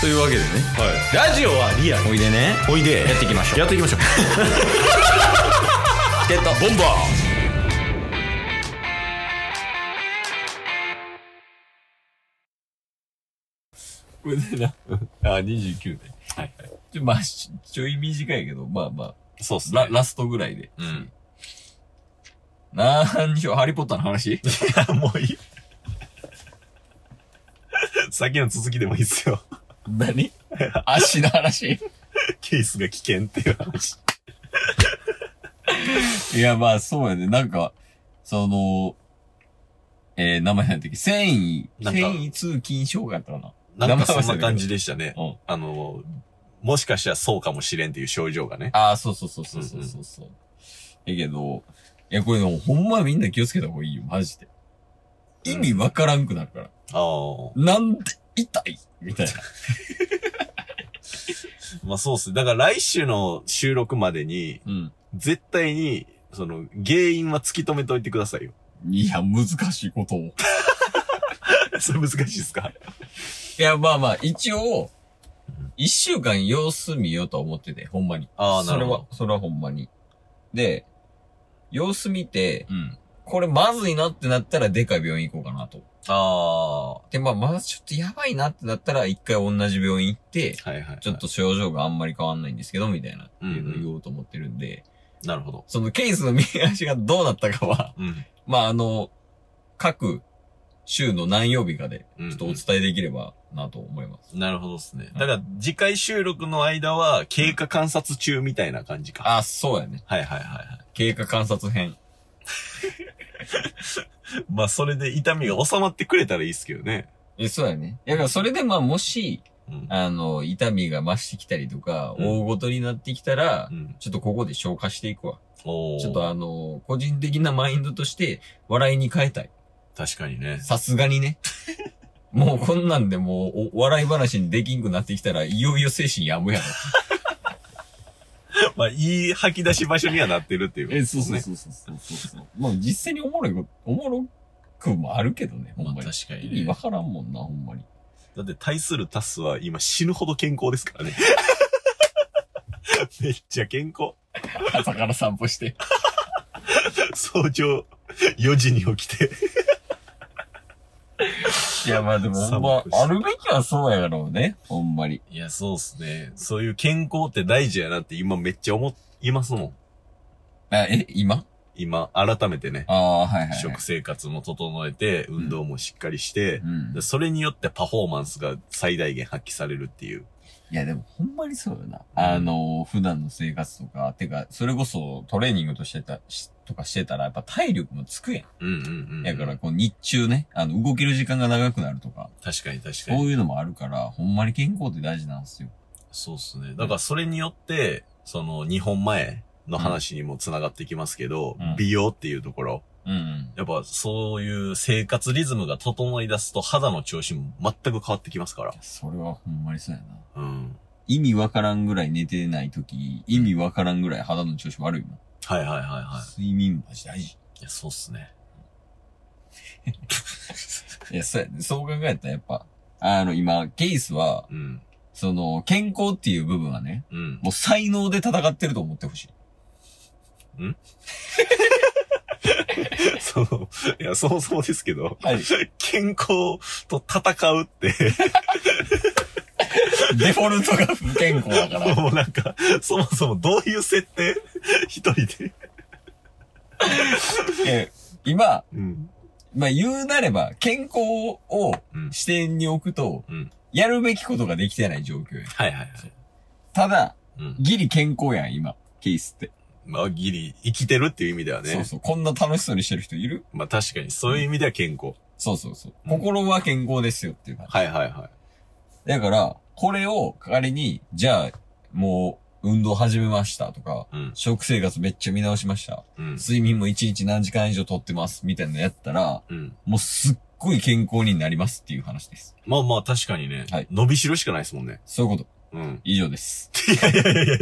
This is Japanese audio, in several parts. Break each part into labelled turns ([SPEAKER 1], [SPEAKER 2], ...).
[SPEAKER 1] というわけでね
[SPEAKER 2] ラジオはリアル
[SPEAKER 1] おいでね
[SPEAKER 2] おいで
[SPEAKER 1] やっていきましょう
[SPEAKER 2] やっていきましょう
[SPEAKER 1] チケットボンバー
[SPEAKER 3] これでな、あ、29年。
[SPEAKER 2] はい。
[SPEAKER 3] ちょ、まあ、しちょい短いけど、まあまあ、
[SPEAKER 2] そうっす
[SPEAKER 3] ラ
[SPEAKER 2] ね
[SPEAKER 3] ラストぐらいで。
[SPEAKER 2] うん
[SPEAKER 3] なんにしよう、ハリーポッター の話
[SPEAKER 2] あもうい いさっきの続きでもいいっすよ
[SPEAKER 3] 何 足の話
[SPEAKER 2] ケースが危険っていう話
[SPEAKER 3] いや、まあ、そうやね。なんか、その、えー、名前なんだっけ繊維、
[SPEAKER 2] なんか
[SPEAKER 3] 繊維通勤障害やったかな。
[SPEAKER 2] なんかそんな感じでしたね
[SPEAKER 3] うん。
[SPEAKER 2] あのもしかしたらそうかもしれんっていう症状がね
[SPEAKER 3] ああ、そうそうそうそうそうそうそう。え、けど、いや、これでもほんまみんな気をつけた方がいいよ、マジで。意味わからんくなるから。
[SPEAKER 2] ああ
[SPEAKER 3] なんで、痛いみたいな。
[SPEAKER 2] まあそうっす。だから来週の収録までに、
[SPEAKER 3] うん。
[SPEAKER 2] 絶対に、その、原因は突き止めておいてくださいよ。
[SPEAKER 3] いや、難しいことを。
[SPEAKER 2] それ難しいですか
[SPEAKER 3] いや、まあまあ、一応、一週間様子見ようとは思ってて、ほんまに。
[SPEAKER 2] あーなるほど
[SPEAKER 3] それは、それはほんまに。で、様子見て、
[SPEAKER 2] うん。
[SPEAKER 3] これまずいなってなったらでかい病院行こうかなと。
[SPEAKER 2] あ
[SPEAKER 3] で、まあ、まだちょっとやばいなってなったら、一回同じ病院行って、
[SPEAKER 2] あ。はいはいはい。
[SPEAKER 3] ちょっ。と症状があんまり変わんないんですけど、みたいな、っていうのを言おうと思ってるんで、
[SPEAKER 2] なるほど。
[SPEAKER 3] そのケースの右足がどうなったかは、
[SPEAKER 2] うん。
[SPEAKER 3] まあ、あの、各週の何曜日かで、
[SPEAKER 2] うん
[SPEAKER 3] ちょっとお伝えできればなと思います。
[SPEAKER 2] なるほどですね。だから、次回収録の間は、経過観察中みたいな感じか。
[SPEAKER 3] あ、そうやね。
[SPEAKER 2] はいはいはいはい。
[SPEAKER 3] 経過観察編。
[SPEAKER 2] まあ、それで痛みが収まってくれたらいいっすけどね。
[SPEAKER 3] え、そうやね。いやだからそれでまあもし、
[SPEAKER 2] うん。
[SPEAKER 3] あの、痛みが増してきたりとか、
[SPEAKER 2] うん
[SPEAKER 3] 大ごとになってきたら、
[SPEAKER 2] うん。
[SPEAKER 3] ちょっとここで消化していくわ。
[SPEAKER 2] おー
[SPEAKER 3] ちょっとあの、個人的なマインドとして、笑いに変えたい。
[SPEAKER 2] 確かにね。
[SPEAKER 3] さすがにね。 もうこんなんでもう、お笑い話にできんくなってきたら、いよいよ精神やむやろ。
[SPEAKER 2] まあ、いい吐き出し場所にはなってるっていう。ね。
[SPEAKER 3] そうそうそうそう。 まあ実際におもろいこと、おもろくもあるけどね、ほん
[SPEAKER 2] まあ、
[SPEAKER 3] まに。
[SPEAKER 2] 確か
[SPEAKER 3] 意味
[SPEAKER 2] に
[SPEAKER 3] わ
[SPEAKER 2] ね。
[SPEAKER 3] からんもんな、ほんまに。
[SPEAKER 2] だって、対するタスは今死ぬほど健康ですからね。 めっちゃ健康。
[SPEAKER 3] 朝から散歩して。
[SPEAKER 2] 早朝4時に起きて。
[SPEAKER 3] いや、まあでも、ほんま
[SPEAKER 2] 散歩、して
[SPEAKER 3] あるべきはそうやろうね、ほんまに。
[SPEAKER 2] いや、そうっすね。そういう健康って大事やなって今めっちゃ思いますもん。
[SPEAKER 3] あ、え、今
[SPEAKER 2] 今、改めてね。
[SPEAKER 3] ああ、はいはい、はい。
[SPEAKER 2] 食生活も整えて、運動もしっかりして、
[SPEAKER 3] うん
[SPEAKER 2] で。それによってパフォーマンスが最大限発揮されるっていう。
[SPEAKER 3] いや、でもほんまにそうよな。あの、普段の生活とか、てか、それこそトレーニングとしてた、しとかしてたら、やっぱ体力もつくや。
[SPEAKER 2] うんうんうんうんん。
[SPEAKER 3] やから、こう、日中ね、あの、動ける時間が長くなるとか、
[SPEAKER 2] 確かに確か
[SPEAKER 3] そう
[SPEAKER 2] に。
[SPEAKER 3] いうのもあるから、ほんまに健康って大事なんですよ。
[SPEAKER 2] そうっすね。だからそれによって、その日本前の話にも繋がってきますけど、
[SPEAKER 3] うん
[SPEAKER 2] 美容っていうところ。
[SPEAKER 3] うん、うん。
[SPEAKER 2] やっぱそういう生活リズムが整い出すと肌の調子も全く変わってきますから。
[SPEAKER 3] それはほんまにそうやな。
[SPEAKER 2] うん。
[SPEAKER 3] 意味わからんぐらい寝てないとき、意味わからんぐらい肌の調子悪いもん。
[SPEAKER 2] はいはいはいは
[SPEAKER 3] 睡眠マジ大事。
[SPEAKER 2] い。いや、そうっすね。
[SPEAKER 3] いや、そうやね。そう考えたらやっぱ、あの、今、ケースは、
[SPEAKER 2] うん。
[SPEAKER 3] その、健康っていう部分はね、
[SPEAKER 2] うん。
[SPEAKER 3] もう才能で戦ってると思ってほしい。
[SPEAKER 2] その、いや、そもそもですけど、
[SPEAKER 3] はい。
[SPEAKER 2] 健康と戦うって、
[SPEAKER 3] デフォルトが不健康だ から。
[SPEAKER 2] もうなんか、そもそもどういう設定 一人で。
[SPEAKER 3] え今、
[SPEAKER 2] うん。
[SPEAKER 3] まあ、言うなれば、健康を
[SPEAKER 2] うん。
[SPEAKER 3] 視点に置くと、
[SPEAKER 2] うん
[SPEAKER 3] やるべきことができてない状況や。
[SPEAKER 2] はいはいはい。
[SPEAKER 3] ただ、
[SPEAKER 2] うん。
[SPEAKER 3] ギリ健康やん、今。ケースって。
[SPEAKER 2] まあ、ギリ、生きてるっていう意味ではね。
[SPEAKER 3] そうそう。こんな楽しそうにしてる人いる
[SPEAKER 2] まあ確かに、そういう意味では健康。
[SPEAKER 3] そうそうそう。
[SPEAKER 2] うん
[SPEAKER 3] 心は健康ですよっていう感じ。
[SPEAKER 2] はいはいは
[SPEAKER 3] だから、これを仮に、じゃあ、もう、運動始めましたとか、
[SPEAKER 2] い。うん。
[SPEAKER 3] 食生活めっちゃ見直しました。
[SPEAKER 2] うん。
[SPEAKER 3] 睡眠も1日何時間以上とってます、みたいなのやったら、
[SPEAKER 2] うん。
[SPEAKER 3] もうすっごい健康になりますっていう話です。
[SPEAKER 2] まあまあ確かにね、
[SPEAKER 3] はい
[SPEAKER 2] 伸びしろしかないですもんね。
[SPEAKER 3] そういうこと。
[SPEAKER 2] うん。
[SPEAKER 3] 以上です。
[SPEAKER 2] いやいやいやいや。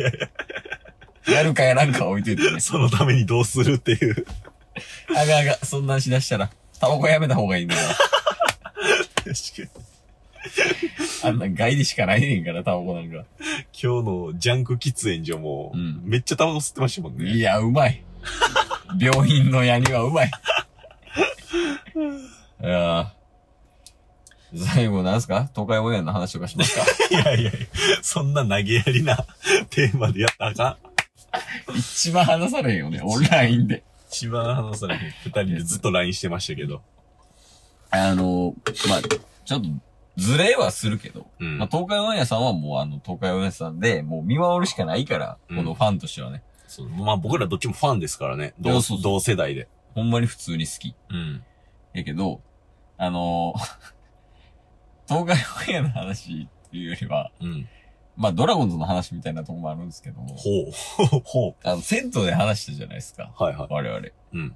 [SPEAKER 3] やるかやらんかは置いといてね
[SPEAKER 2] そのためにどうするっていう。
[SPEAKER 3] あがあが、そんなんしだしたら、タバコやめた方がいいんだよ。
[SPEAKER 2] 確かに。
[SPEAKER 3] あんなん外でしかないねんから、タバコなんか。
[SPEAKER 2] 今日のジャンク喫煙所も、
[SPEAKER 3] うん
[SPEAKER 2] めっちゃタバコ吸ってましたもんね。
[SPEAKER 3] いや、うまい。病院のヤニはうまい。いやー最後なんすか東海オンエアの話とかしますか
[SPEAKER 2] いやいやいや、そんな投げやりなテーマでやったらあかん。
[SPEAKER 3] 一番話されんよね、オンラインで。
[SPEAKER 2] 一番話されへん。二人でずっと LINE してましたけど。
[SPEAKER 3] あのー、まあ、ちょっと、ずれはするけど、
[SPEAKER 2] うん
[SPEAKER 3] まあ、。東海オンエアさんはもうあの、東海オンエアさんで、もう見守るしかないから、
[SPEAKER 2] うん
[SPEAKER 3] このファンとしてはね、
[SPEAKER 2] そうまあ僕らどっちもファンですからね。同
[SPEAKER 3] そうそう
[SPEAKER 2] 同世代で。
[SPEAKER 3] ほんまに普通に好き。
[SPEAKER 2] うん。
[SPEAKER 3] やけど、あのー、 東海オンエアの話っていうよりは、
[SPEAKER 2] うん。
[SPEAKER 3] まあ、ドラゴンズの話みたいなとこもあるんですけども、
[SPEAKER 2] ほう。ほう。 ほ
[SPEAKER 3] あの、銭湯で話したじゃないですか。
[SPEAKER 2] う。はいは
[SPEAKER 3] 我々。
[SPEAKER 2] い。うん。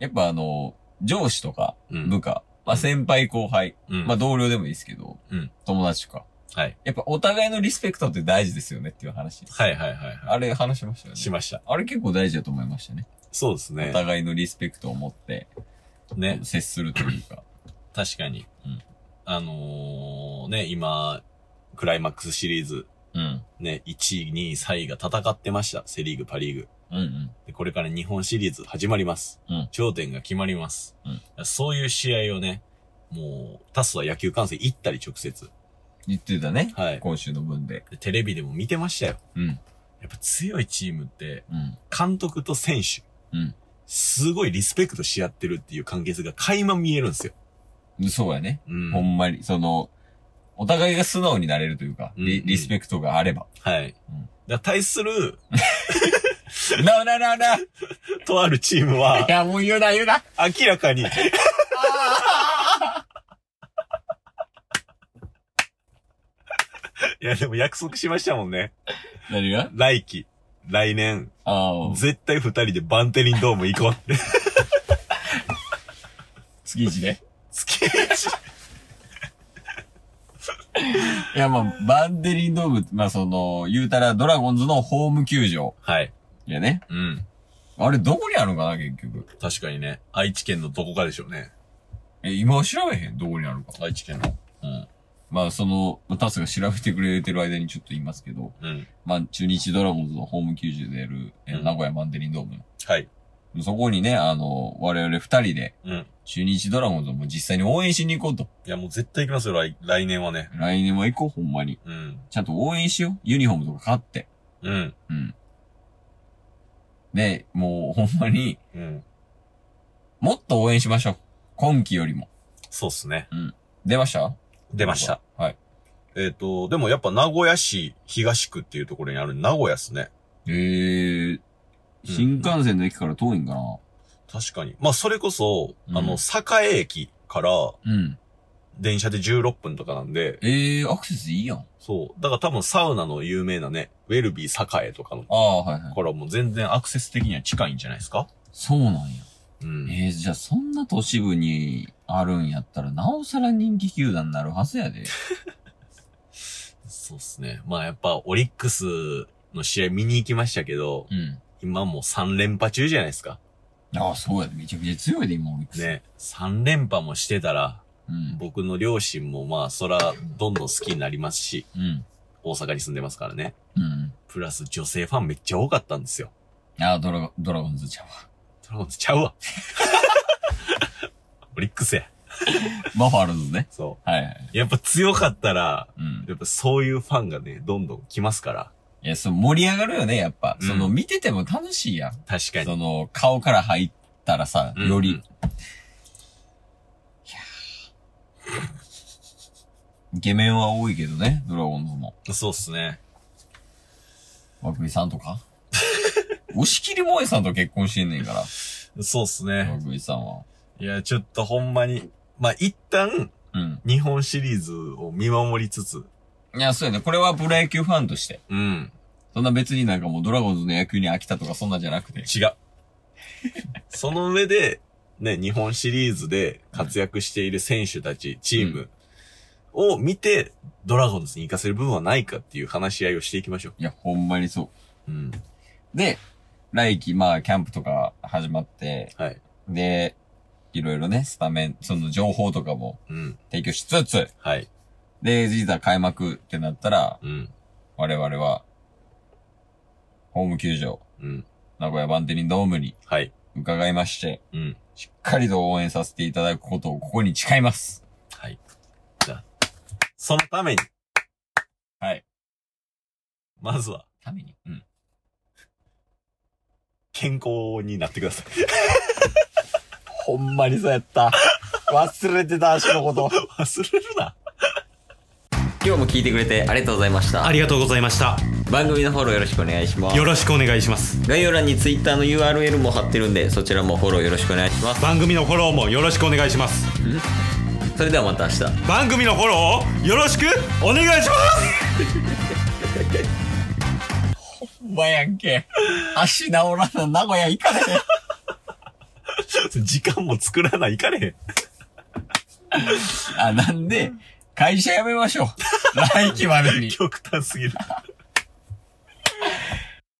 [SPEAKER 3] やっぱあの、上司とか
[SPEAKER 2] うん。
[SPEAKER 3] 部下、まあ先輩後輩、
[SPEAKER 2] うん。
[SPEAKER 3] まあ同僚でもいいですけど、
[SPEAKER 2] うん
[SPEAKER 3] 友達とか。
[SPEAKER 2] はい。
[SPEAKER 3] やっぱお互いのリスペクトって大事ですよねっていう話。
[SPEAKER 2] はいはいはいは
[SPEAKER 3] あれ話しましたよ
[SPEAKER 2] い。し
[SPEAKER 3] ね。
[SPEAKER 2] ました。
[SPEAKER 3] あれ結構大事だと思いましたね。
[SPEAKER 2] そうです
[SPEAKER 3] お
[SPEAKER 2] ね。
[SPEAKER 3] 互いのリスペクトを持って、
[SPEAKER 2] ね。
[SPEAKER 3] 接するというか。
[SPEAKER 2] 確かに。
[SPEAKER 3] うん
[SPEAKER 2] あのー、ね、今、クライマックスシリーズ、
[SPEAKER 3] うん。
[SPEAKER 2] ね、1位、2位、3位が戦ってました。セリーグ、パリーグ。
[SPEAKER 3] うんうん。
[SPEAKER 2] で、これから日本シリーズ始まります。
[SPEAKER 3] うん
[SPEAKER 2] 頂点が決まります。
[SPEAKER 3] うん
[SPEAKER 2] そういう試合をね、もう、タスは野球観戦行ったり直接。
[SPEAKER 3] 言ってたね。
[SPEAKER 2] はい。
[SPEAKER 3] 今週の分で。
[SPEAKER 2] でテレビでも見てましたよ。
[SPEAKER 3] うん。
[SPEAKER 2] やっぱ強いチームって、
[SPEAKER 3] うん。
[SPEAKER 2] 監督と選手、
[SPEAKER 3] うん
[SPEAKER 2] すごいリスペクトし合ってるっていう関係性が垣間見えるんですよ。
[SPEAKER 3] そうやね。
[SPEAKER 2] うん
[SPEAKER 3] ほんまに、その、お互いが素直になれるというか、リ
[SPEAKER 2] うんうん
[SPEAKER 3] リスペクトがあれば。
[SPEAKER 2] は
[SPEAKER 3] うん
[SPEAKER 2] い。だから対する、
[SPEAKER 3] なななない
[SPEAKER 2] とあるチーム は、
[SPEAKER 3] や、もう言うな言うな
[SPEAKER 2] 明らかに、いや、でも約束しましたもんね。
[SPEAKER 3] 何が
[SPEAKER 2] 来期、来年、
[SPEAKER 3] ああ、
[SPEAKER 2] 絶対二人でバンテリンドーム行こうって。
[SPEAKER 3] 月一ね。
[SPEAKER 2] 月一。
[SPEAKER 3] いや、まあ、バンデリンドーム、まあ、その、言うたら、ドラゴンズのホーム球場。
[SPEAKER 2] はい。
[SPEAKER 3] いやね。
[SPEAKER 2] うん。
[SPEAKER 3] あれ、どこにあるのかな、結局。
[SPEAKER 2] 確かにね、愛知県のどこかでしょうね。
[SPEAKER 3] え、今は調べへんどこにあるのか。
[SPEAKER 2] 愛知県の。
[SPEAKER 3] うん。まあ、その、まあ、タスが調べてくれてる間にちょっと言いますけど、
[SPEAKER 2] うん。
[SPEAKER 3] まあ、中日ドラゴンズのホーム球場でやる、え
[SPEAKER 2] うん
[SPEAKER 3] 名古屋バンデリンドーム。
[SPEAKER 2] はい。
[SPEAKER 3] そこにね、あの、我々二人で、
[SPEAKER 2] うん。
[SPEAKER 3] 中日ドラゴンズをもう実際に応援しに行こうと。
[SPEAKER 2] いや、もう絶対行きますよ、来、来年はね。
[SPEAKER 3] 来年も行こう、ほんまに。
[SPEAKER 2] うん。
[SPEAKER 3] ちゃんと応援しよう。ユニフォームとか買って。
[SPEAKER 2] うん。
[SPEAKER 3] うん。で、もう、ほんまに、
[SPEAKER 2] うん。
[SPEAKER 3] もっと応援しましょう。今季よりも。
[SPEAKER 2] そうっすね。
[SPEAKER 3] 出ました
[SPEAKER 2] 出ました。。
[SPEAKER 3] はい。
[SPEAKER 2] えっ、と、でもやっぱ名古屋市東区っていうところにある名古屋っすね。
[SPEAKER 3] えー、新幹線の駅から遠いんかな
[SPEAKER 2] 確かに。まあ、それこそ、
[SPEAKER 3] うん
[SPEAKER 2] あの、栄駅から
[SPEAKER 3] うん。
[SPEAKER 2] 電車で16分とかなんで、
[SPEAKER 3] えー、アクセスいいやん。あ
[SPEAKER 2] そう。だから多分サウナの有名なね、ウェルビー栄とかの
[SPEAKER 3] あ、はいはい。
[SPEAKER 2] からもう全然アクセス的には近いんじゃないですか
[SPEAKER 3] そうなんや。
[SPEAKER 2] うん。
[SPEAKER 3] えー、じゃあそんな都市部にあるんやったら、なおさら人気球団になるはずやで。
[SPEAKER 2] そうっすね。まあやっぱオリックスの試合見に行きましたけど、
[SPEAKER 3] うん。
[SPEAKER 2] 今もう3連覇中じゃないですか。
[SPEAKER 3] ああ、そうやで。めちゃくちゃ強いで、今、オリックス。。
[SPEAKER 2] ね。3連覇もしてたら、
[SPEAKER 3] うん。
[SPEAKER 2] 僕の両親もまあそらどんどん好きになりますし、
[SPEAKER 3] うん。
[SPEAKER 2] 大阪に住んでますからね。
[SPEAKER 3] うん。
[SPEAKER 2] プラス女性ファンめっちゃ多かったんですよ。
[SPEAKER 3] ああ、ドラゴン、ドラゴンズちゃうわ。
[SPEAKER 2] ドラゴンズちゃうわ。 オリックスや。
[SPEAKER 3] バファローズね。
[SPEAKER 2] そ
[SPEAKER 3] はいはい。
[SPEAKER 2] う。やっぱ強かったら、
[SPEAKER 3] うん。
[SPEAKER 2] やっぱそういうファンがね、どんどん来ますから。
[SPEAKER 3] いや、そう、盛り上がるよね、やっぱ。
[SPEAKER 2] うん
[SPEAKER 3] その、見てても楽しいやん。
[SPEAKER 2] 確かに。
[SPEAKER 3] その、顔から入ったらさ、
[SPEAKER 2] うん
[SPEAKER 3] より、
[SPEAKER 2] うん
[SPEAKER 3] イケメンは多いけどね、ドラゴンズも。
[SPEAKER 2] そうっすね。
[SPEAKER 3] 和久井さんとか。 押切萌えさんと結婚してんねんか
[SPEAKER 2] そうっす
[SPEAKER 3] ら、和
[SPEAKER 2] ね。
[SPEAKER 3] 久井さんは。
[SPEAKER 2] いや、ちょっとほんまに。まあ、一旦、
[SPEAKER 3] うん。
[SPEAKER 2] 日本シリーズを見守りつつ。
[SPEAKER 3] いや、そうやね。これはプロ野球ファンとして。
[SPEAKER 2] うん。
[SPEAKER 3] そんな別になんかもうドラゴンズの野球に飽きたとかそんなんじゃなくて。
[SPEAKER 2] 違う。その上で、ね、日本シリーズで活躍している選手たち、チームを見て、ドラゴンズに行かせる部分はないかっていう話し合いをしていきましょ。
[SPEAKER 3] いや、ほんまにそう
[SPEAKER 2] うん。
[SPEAKER 3] う。で、来季、まあ、キャンプとか始まって、
[SPEAKER 2] はい。
[SPEAKER 3] で、いろいろね、スタメン、その情報とかも
[SPEAKER 2] うん。
[SPEAKER 3] 提供しつつ、
[SPEAKER 2] はい。
[SPEAKER 3] で、いざ開幕ってなったら、
[SPEAKER 2] うん。
[SPEAKER 3] 我々は、ホーム球場、
[SPEAKER 2] うん。
[SPEAKER 3] 名古屋バンテリンドームに
[SPEAKER 2] はい。
[SPEAKER 3] 伺いまして、
[SPEAKER 2] うん。
[SPEAKER 3] しっかりと応援させていただくことをここに誓います。
[SPEAKER 2] はい。じゃあ、そのために、
[SPEAKER 3] はい。
[SPEAKER 2] まずは、
[SPEAKER 3] ためにうん。
[SPEAKER 2] 健康になってください。
[SPEAKER 3] ほんまにそうやった。忘れてた足のこと。
[SPEAKER 2] 忘れるな。
[SPEAKER 1] 今日も聞いてくれてありがとうございました
[SPEAKER 4] ありがとうございました。
[SPEAKER 1] 番組のフォローよろしくお願いします
[SPEAKER 4] よろしくお願いします。
[SPEAKER 1] 概要欄に Twitter の URL も貼ってるんでそちらもフォローよろしくお願いし ます
[SPEAKER 4] 番組のフォローもよろしくお願いします。
[SPEAKER 1] それではまた明日
[SPEAKER 4] 番組のフォローをよろしくお願いします
[SPEAKER 3] お前やんけ。足治らな、名古屋行かれへん。
[SPEAKER 2] 時間も作らないかれへん。
[SPEAKER 3] あ、なんで、会社辞めましょう。来期までに。
[SPEAKER 2] 極端すぎる。